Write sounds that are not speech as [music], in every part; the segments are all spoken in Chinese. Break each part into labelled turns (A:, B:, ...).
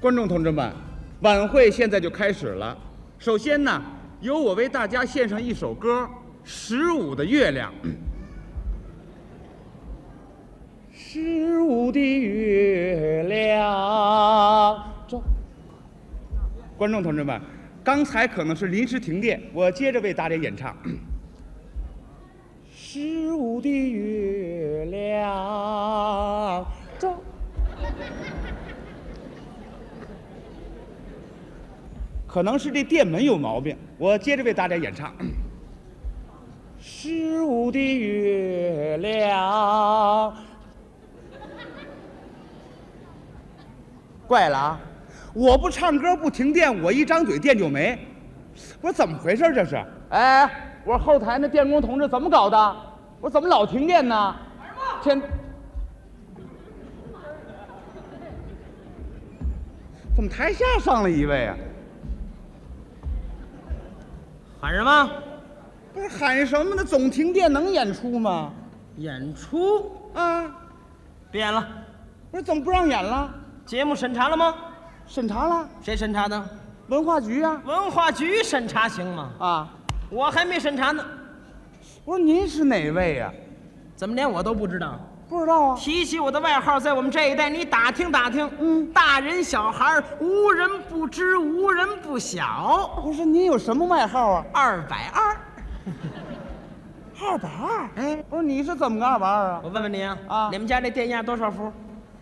A: 观众同志们，晚会现在就开始了。首先呢，由我为大家献上一首歌《十五的月亮》。十五的月亮，照。观众同志们，刚才可能是临时停电，我接着为大家演唱。十五的月亮照。可能是这电门有毛病，我接着为大家演唱。十五的月亮，怪了啊！我不唱歌不停电，我一张嘴电就没。我说怎么回事儿这是？哎，我说后台那电工同志怎么搞的？我说怎么老停电呢？天，怎么台下上了一位啊？
B: 喊什么？
A: 不是喊什么呢？总停电能演出吗？
B: 演出
A: 啊，
B: 别演了。
A: 我说怎么不让演了？
B: 节目审查了吗？
A: 审查了，
B: 谁审查的？
A: 文化局啊
B: 文化局审查行吗？
A: 啊！
B: 我还没审查呢，
A: 我说您是哪位呀、
B: 怎么连我都不知道？
A: 不知道啊。
B: 提起我的外号，在我们这一代，你打听打听，
A: 嗯
B: 大人小孩儿无人不知，无人不晓。
A: 我说您有什么外号啊？
B: 二百二，
A: 二百二。
B: 哎，
A: 我说你是怎么个二百二啊？
B: 我问问你啊，
A: 啊
B: 你们家这电压多少伏？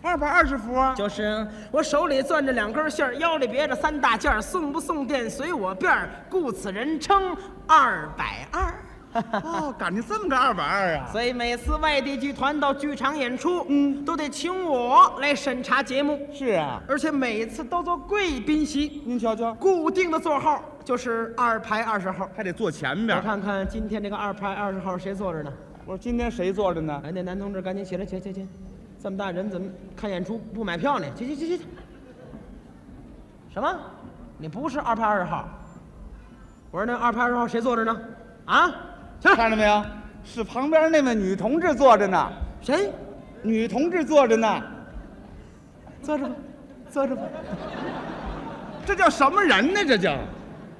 A: 二百二十伏
B: [laughs]
A: 啊？
B: 就是啊我手里攥着两根线儿，腰里别着三大件儿，送不送电随我便儿，故此人称二百二。
A: 哦，赶上这么个二百二啊？
B: 所以每次外地剧团到剧场演出，
A: 嗯
B: 都得请我来审查节目，
A: 是啊，
B: 而且每次都坐贵宾席，
A: 您瞧瞧，
B: 固定的座号就是二排二十号。
A: 还得坐前边
B: 我
A: 儿。
B: 看看今天这个二排二十号谁坐着呢？
A: 我说今天谁坐着呢？
B: 哎，那男同志赶紧起来，起来起来起来！这么大人怎么看演出不买票呢？去去去去去！什么？你不是二排二十号？我说那二排二十号谁坐着呢？啊，起来！
A: 看着没有？是旁边那位女同志坐着呢，
B: 谁？
A: 女同志坐着呢。
B: 坐着吧，坐着吧。
A: 这叫什么人呢？这叫？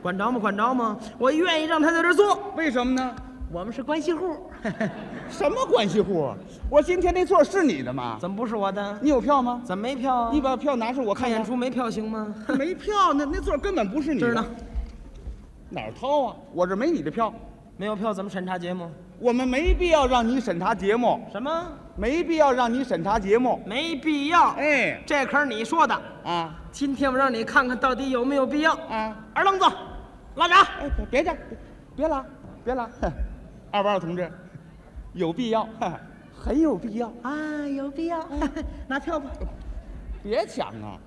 B: 管着吗？管着吗？我愿意让他在这儿坐。
A: 为什么呢？
B: 我们是关系户， [laughs]
A: 什么关系户？我今天那座是你的吗？
B: 怎么不是我的？
A: 你有票吗？
B: 怎么没票啊？
A: 你把票拿出我看看
B: 看演。出没票行 [laughs] 吗？
A: 没票，那那座根本不是你
B: 这
A: 的。
B: 儿呢，
A: 哪儿掏啊？我这没你的票，
B: 没有票怎么审查节目？
A: 我们没必要让你审查节目，
B: 什么？
A: 没必要让你审查节目。
B: 没必要。
A: 哎，
B: 这可是你说的。
A: 啊
B: 今天我让你看看到底有没有必要。
A: 啊，
B: 二愣子，拉闸！
A: 哎，别别这，别别拉，别拉。哼二八二同志，有必要，哈哈很有必要。
B: 啊，有必要， [laughs] 拿票吧。
A: 别抢啊，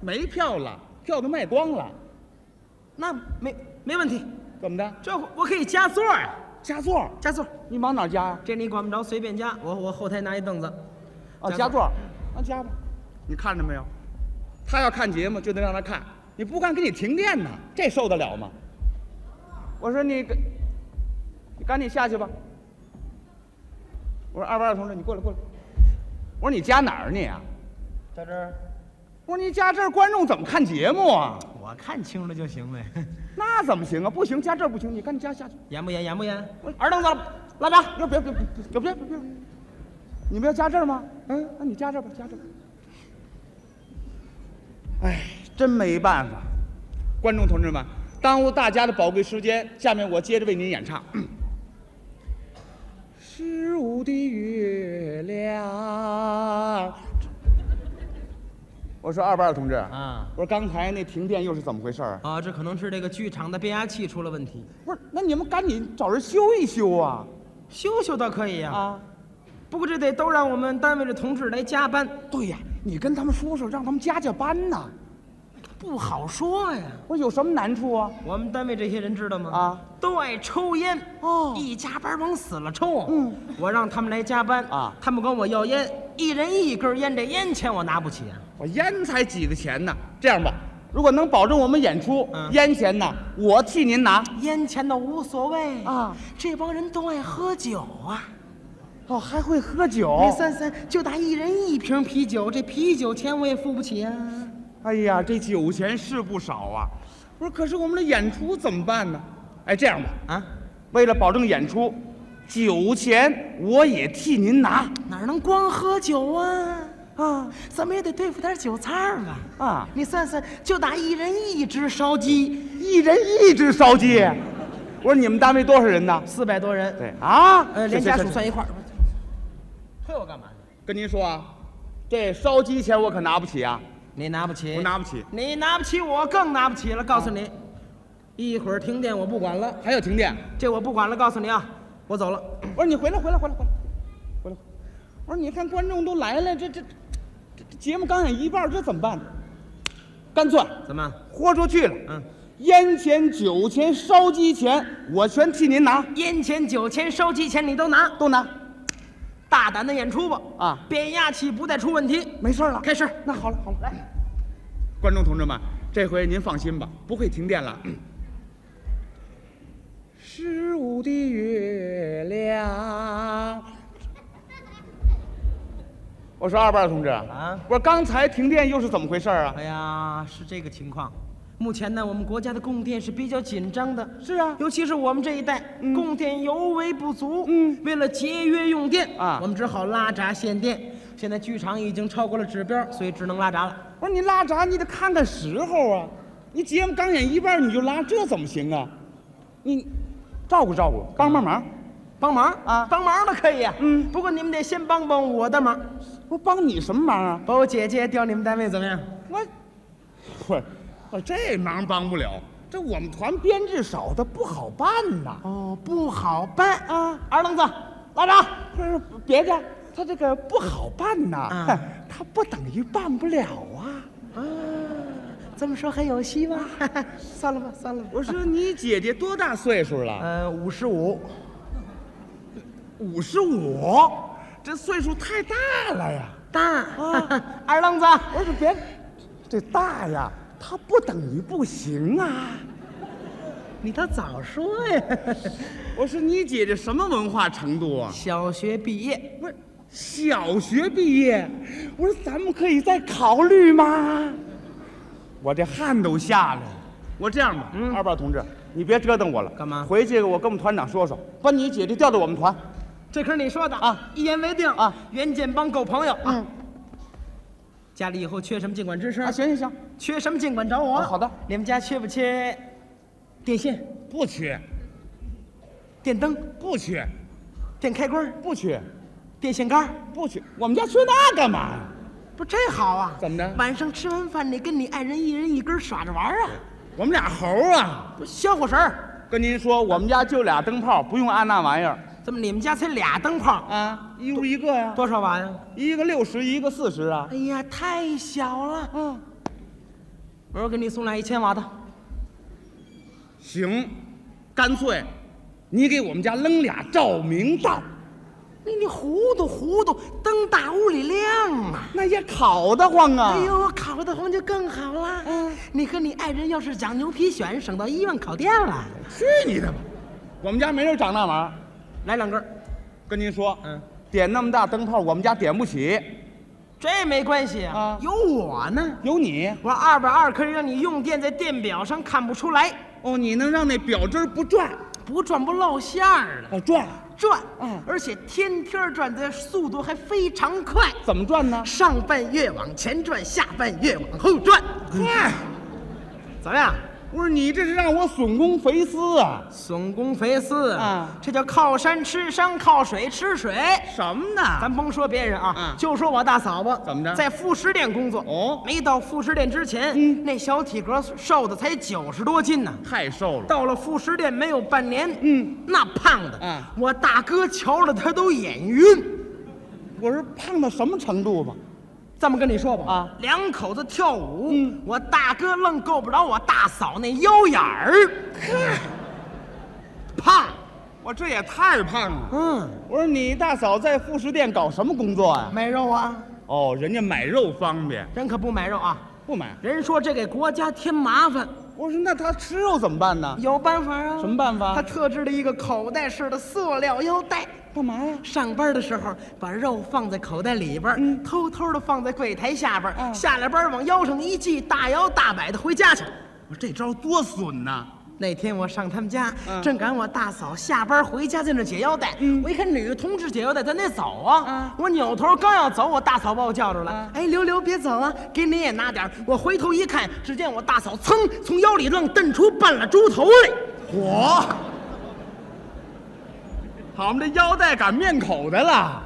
A: 没票了，票都卖光了，
B: 那没没问题，
A: 怎么的？
B: 这我可以加座儿啊，
A: 加座？
B: 加座儿。
A: 你往哪儿加呀、
B: 这你管不着，随便加。我我后台拿一凳子。
A: 啊，
B: 加
A: 加座，啊加吧。你看着没有？他要看节目就得让他看，你不看给你停电呢，这受得了吗？我说你赶，你赶紧下去吧。我说二八二同志，你过来过来。我说你加哪儿你啊？
B: 在这儿，
A: 我说你加这儿观众怎么看节目啊？
B: 我看清了就行呗。 [laughs]
A: 那怎么行啊？不行，加这儿不行，你赶紧加下去。
B: 严不严？严不严？二愣子，拉闸！
A: 要别别别别别别别！你们要加这儿吗？嗯，那你加这儿吧，加这儿吧。哎，真没办法，观众同志们，耽误大家的宝贵时间，下面我接着为您演唱。十五的月亮，我说二八二同志，
B: 啊
A: 我说刚才那停电又是怎么回事儿啊？
B: 啊，这可能是这个剧场的变压器出了问题。
A: 不是，那你们赶紧找人修一修啊！
B: 修修倒可以呀、
A: 啊，
B: 不过这得都让我们单位的同志来加班，
A: 对呀，你跟他们说说，让他们加加班呐。
B: 不好说呀。
A: 我有什么难处啊？
B: 我们单位这些人知道吗？
A: 啊，
B: 都爱抽烟。
A: 哦
B: 一加班往死了抽。
A: 嗯，
B: 我让他们来加班
A: 啊
B: 他们管我要烟，一人一根烟，这烟钱我拿不起啊。
A: 我烟才几个钱呢。这样吧，如果能保证我们演出，
B: 嗯
A: 烟钱呢，我替您拿。
B: 烟钱倒无所谓
A: 啊，
B: 这帮人都爱喝酒啊。
A: 哦，还会喝酒
B: 哦你算算，就打一人一瓶啤酒，这啤酒钱我也付不起啊。
A: 哎呀，这酒钱是不少啊。我说，可是我们的演出怎么办呢？哎，这样吧，
B: 啊，
A: 为了保证演出，酒钱我也替您拿
C: 哪能光喝酒啊？
A: 啊
C: 咱们也得对付点酒菜儿吧？
A: 啊！
C: 你算算，就打一人一只烧鸡，
A: 一人一只烧鸡。 [laughs] 我说你们单位多少人呢？
B: 四百多人，
A: 对啊，
B: 呃，
A: 是
B: 连家
A: 是
B: 属
A: 是
B: 算一块儿。推我干嘛呢？
A: 跟您说啊，这烧鸡钱我可拿不起啊，
B: 你拿不起，
A: 我拿不起。
B: 你拿不起我更拿不起了。告诉你，一会儿停电我不管了，
A: 还有停电，
B: 这我不管了。告诉你啊，我走了。
A: 我说你回来，回来，回来，回来，回来。我说你看观众都来了，这这这这节目刚演一半，这怎么办？干脆
B: 怎么？
A: 豁出去了，
B: 嗯，
A: 烟钱、酒钱、烧鸡钱，我全替您拿，
B: 烟钱、酒钱、烧鸡钱你都拿，
A: 都拿，
B: 大胆的演出吧。
A: 啊
B: 变压器不再出问题。
A: 没事儿了。
B: 开始。
A: 那好了，好了，来，观众同志们，这回您放心吧，不会停电了。 [clears throat] 十五的月亮。我说二班同志啊
B: 啊，
A: 我说刚才停电又是怎么回事儿啊？
B: 哎呀，是这个情况。目前呢，我们国家的供电是比较紧张的，
A: 是啊
B: 尤其是我们这一代，
C: 嗯
B: 供电尤为不足。
A: 嗯
B: 为了节约用电
A: 啊
B: 我们只好拉闸限电。现在剧场已经超过了指标，所以只能拉闸了。
A: 我说你拉闸，你得看看时候啊。你节目刚演一半你就拉，这怎么行啊？你照顾照顾，帮帮忙。
B: 帮忙
A: 啊
B: 帮忙的可以呀、
A: 嗯
B: 不过你们得先帮帮我的忙，
A: 我帮你什么忙啊？
B: 把我姐姐调你们单位怎么样？
A: 我， [laughs] 我，我这忙帮不了，这我们团编制少，它不好办呐。
C: 哦，不好办啊！
B: 二愣子，拉闸。
A: 不是别的，他这个不好办呐，
B: 啊
A: 哼 [laughs] 他不等于办不了啊。
C: 这么说还有希
B: [laughs]
C: 望？算了吧，算了吧。
A: 我说你姐姐多大岁数了？
B: 呃，五十五，
A: [laughs] 五十五，这岁数太大了呀。
B: 大。 [laughs] 二愣子，
A: 我说别，这大呀，它不等于不行啊。
B: 你倒早说呀！
C: [laughs]
A: 我说你姐姐什么文化程度啊？
B: 小学毕业，
A: 不是小学毕业，我说咱们可以再考虑吗？我这汗都下来了。嗯我这样吧，二宝同志，你别折腾我了。
B: 干嘛
A: 回去我跟我们团长说说，把你姐姐调到我们团。
B: 这可是你说的
A: 啊！
B: 一言为定
A: 啊！
B: 袁建邦够朋友啊！家里以后缺什么尽管吱声
A: 啊，，行行行，
B: 缺什么尽管找我。
A: 啊好的
B: 你们家缺不缺电线、
A: 不缺，
B: 电灯、
A: 不缺，
B: 电开关、
A: 不缺，
B: 电线杆儿？
A: 不缺。我们家缺那干嘛呀？
C: 不，这好啊！
A: 怎么着
C: 晚上吃完饭，你跟你爱人一人一根儿耍着玩儿啊，
A: 我们俩猴儿啊！
C: 不消火神儿。
A: 跟您说，我们家就俩灯泡，不用安那玩意儿
B: 怎么你们家才俩灯泡？
A: 啊，一屋一个呀、
B: 多少瓦呀？
A: 一个六十，一个四十啊
C: 哎。呀，太小了，
A: 啊，
B: 我说给你送俩一千瓦的。
A: 行，干脆你给我们家扔俩照明弹，
C: 哎你你糊涂糊涂，灯打屋里亮啊！
A: 那也烤得慌啊。
C: 哎呦，烤的红就更好啦。嗯，你和你爱人要是讲牛皮癣，省到医院烤电了。
A: 去你的吧！我们家没人长那玩意儿。
B: 来两根儿，
A: 跟您说，
B: 嗯，
A: 点那么大灯泡，我们家点不起。
B: 这没关系
A: 啊
B: 有我呢。
A: 有你
B: 我二百二可以让你用电在电表上看不出来，
A: 哦，你能让那表针儿不转？
C: 不转不露馅儿了，
A: 哦，转。
C: 转，
A: 嗯
C: 而且天天转的速度还非常快，
A: 怎么转呢？
C: 上半月往前转，下半月往后转，
A: 快！
B: 哎怎么样？
A: 不是你这是让我损公肥私啊！
B: 损公肥私
A: 啊
B: 这叫靠山吃山，靠水吃水。
A: 什么呢？
B: 咱甭说别人啊，
A: 嗯
B: 就说我大嫂吧，
A: 怎么着
B: 在副食店工作
A: 哦
B: 没到副食店之前，
A: 嗯
B: 那小体格瘦的才九十多斤呢。
A: 太瘦了。
B: 到了副食店没有半年，
A: 嗯，
B: 那胖的，
A: 嗯
B: 我大哥瞧着他都眼晕。
A: 我说胖到什么程度吧？
B: 这么跟你说吧，
A: 啊嗯
B: 两口子跳舞，我大哥愣够不着我大嫂那腰眼儿，胖，
A: 我这也太胖了。
B: 嗯，
A: 我说你大嫂在副食店搞什么工作啊？
B: 买肉啊，
A: 哦，人家买肉方便，
B: 人可不买肉啊，
A: 不买。
B: 人说这给国家添麻烦，
A: 我说那他吃肉怎么办呢？
B: 有办法啊，
A: 什么办法
B: 他特制了一个口袋式的塑料腰带，
A: 干嘛呀？
B: 上班的时候把肉放在口袋里边儿，
A: 嗯
B: 偷偷的放在柜台下边儿，
A: 啊
B: 下了班儿往腰上一系，大摇大摆的回家去。
A: 我说这招多损呐、
B: 那天我上他们家，
A: 嗯
B: 正赶我大嫂下班回家，在那解腰带。我一看女同志解腰带，咱得走啊。
A: 啊
B: 我扭头刚要走，我大嫂把我叫住了。
A: 啊
B: 哎，刘刘别走啊，给你也拿点儿。我回头一看，只见我大嫂噌从腰里愣蹬出半拉猪头来。
A: 火！好，我们这腰带赶面口的了，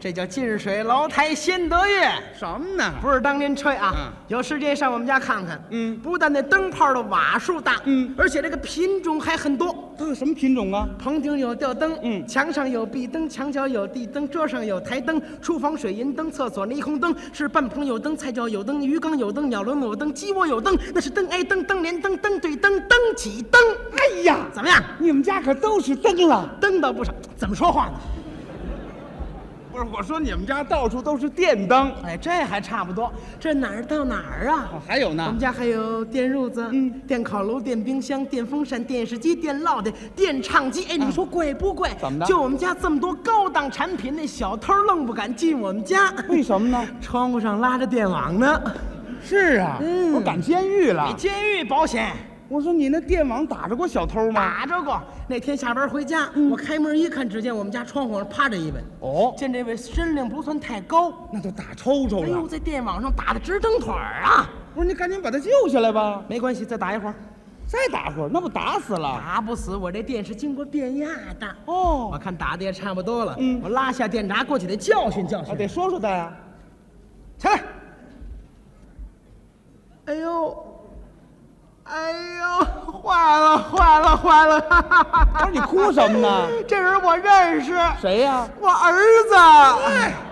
B: 这叫近水楼台先得月，
A: 什么呢？
B: 不是当年吹啊。
A: 嗯
B: 有时间上我们家看看。
A: 嗯
B: 不但那灯泡的瓦数大，
A: 嗯
B: 而且这个品种还很多。
A: 不是，都有什么品种啊？
B: 棚顶有吊灯，
A: 嗯
B: 墙上有壁灯，墙角有地灯，桌上有台灯，厨房水银灯，厕所霓虹灯，是半棚有灯，菜窖有灯，鱼缸有灯，鸟笼有灯，鸡窝有灯，那是灯哎灯，灯连灯，灯对灯，灯起灯，
A: 哎呀，
B: 怎么样？
A: 你们家可都是灯了。
B: 灯倒不少，怎么说话呢？
A: 不是，我说你们家到处都是电灯。
B: 哎，这还差不多，这哪儿到哪儿啊？
A: 哦，还有
B: 我
A: 呢
B: 们？家还有电褥子、
A: 嗯
B: 电烤炉、电冰箱、电风扇、电视机、电烙的、电唱机。哎，你说怪不怪？
A: 啊怎么的
B: 就我们家这么多高档产品，那小偷愣不敢进我们家。
A: 为什么呢？
B: 窗户上拉着电网呢，
A: 是啊，
B: 嗯
A: 我赶监狱
B: 比
A: 了。
B: 监狱保险。
A: 我说你那电网打着过小偷吗？
B: 打着过。那天下班回家，我开门一看，只见我们家窗户上趴着一位。
A: 嗯哦啊
B: 见这位身量不算太高，
A: 那都打抽抽
B: 哎呦，
A: 了。
B: 在电网上打的直蹬腿儿啊！
A: 不是，你赶紧把他救下来吧。
B: 没关系，再打一会儿。
A: 再打会儿，那不打死了？
B: 打不死我这电是经过电压的。我
A: 哦，
B: 看打的也差不多了，
A: 嗯
B: 我拉下电闸过去得教训教
A: 啊，
B: 训。
A: 得说说他呀。
B: 起来！哎呦，哎呦，坏了坏了坏了！哈哈哈 [laughs]
A: 不是你哭什么呢？
B: 这人我认识，
A: 谁呀？
B: 我儿子。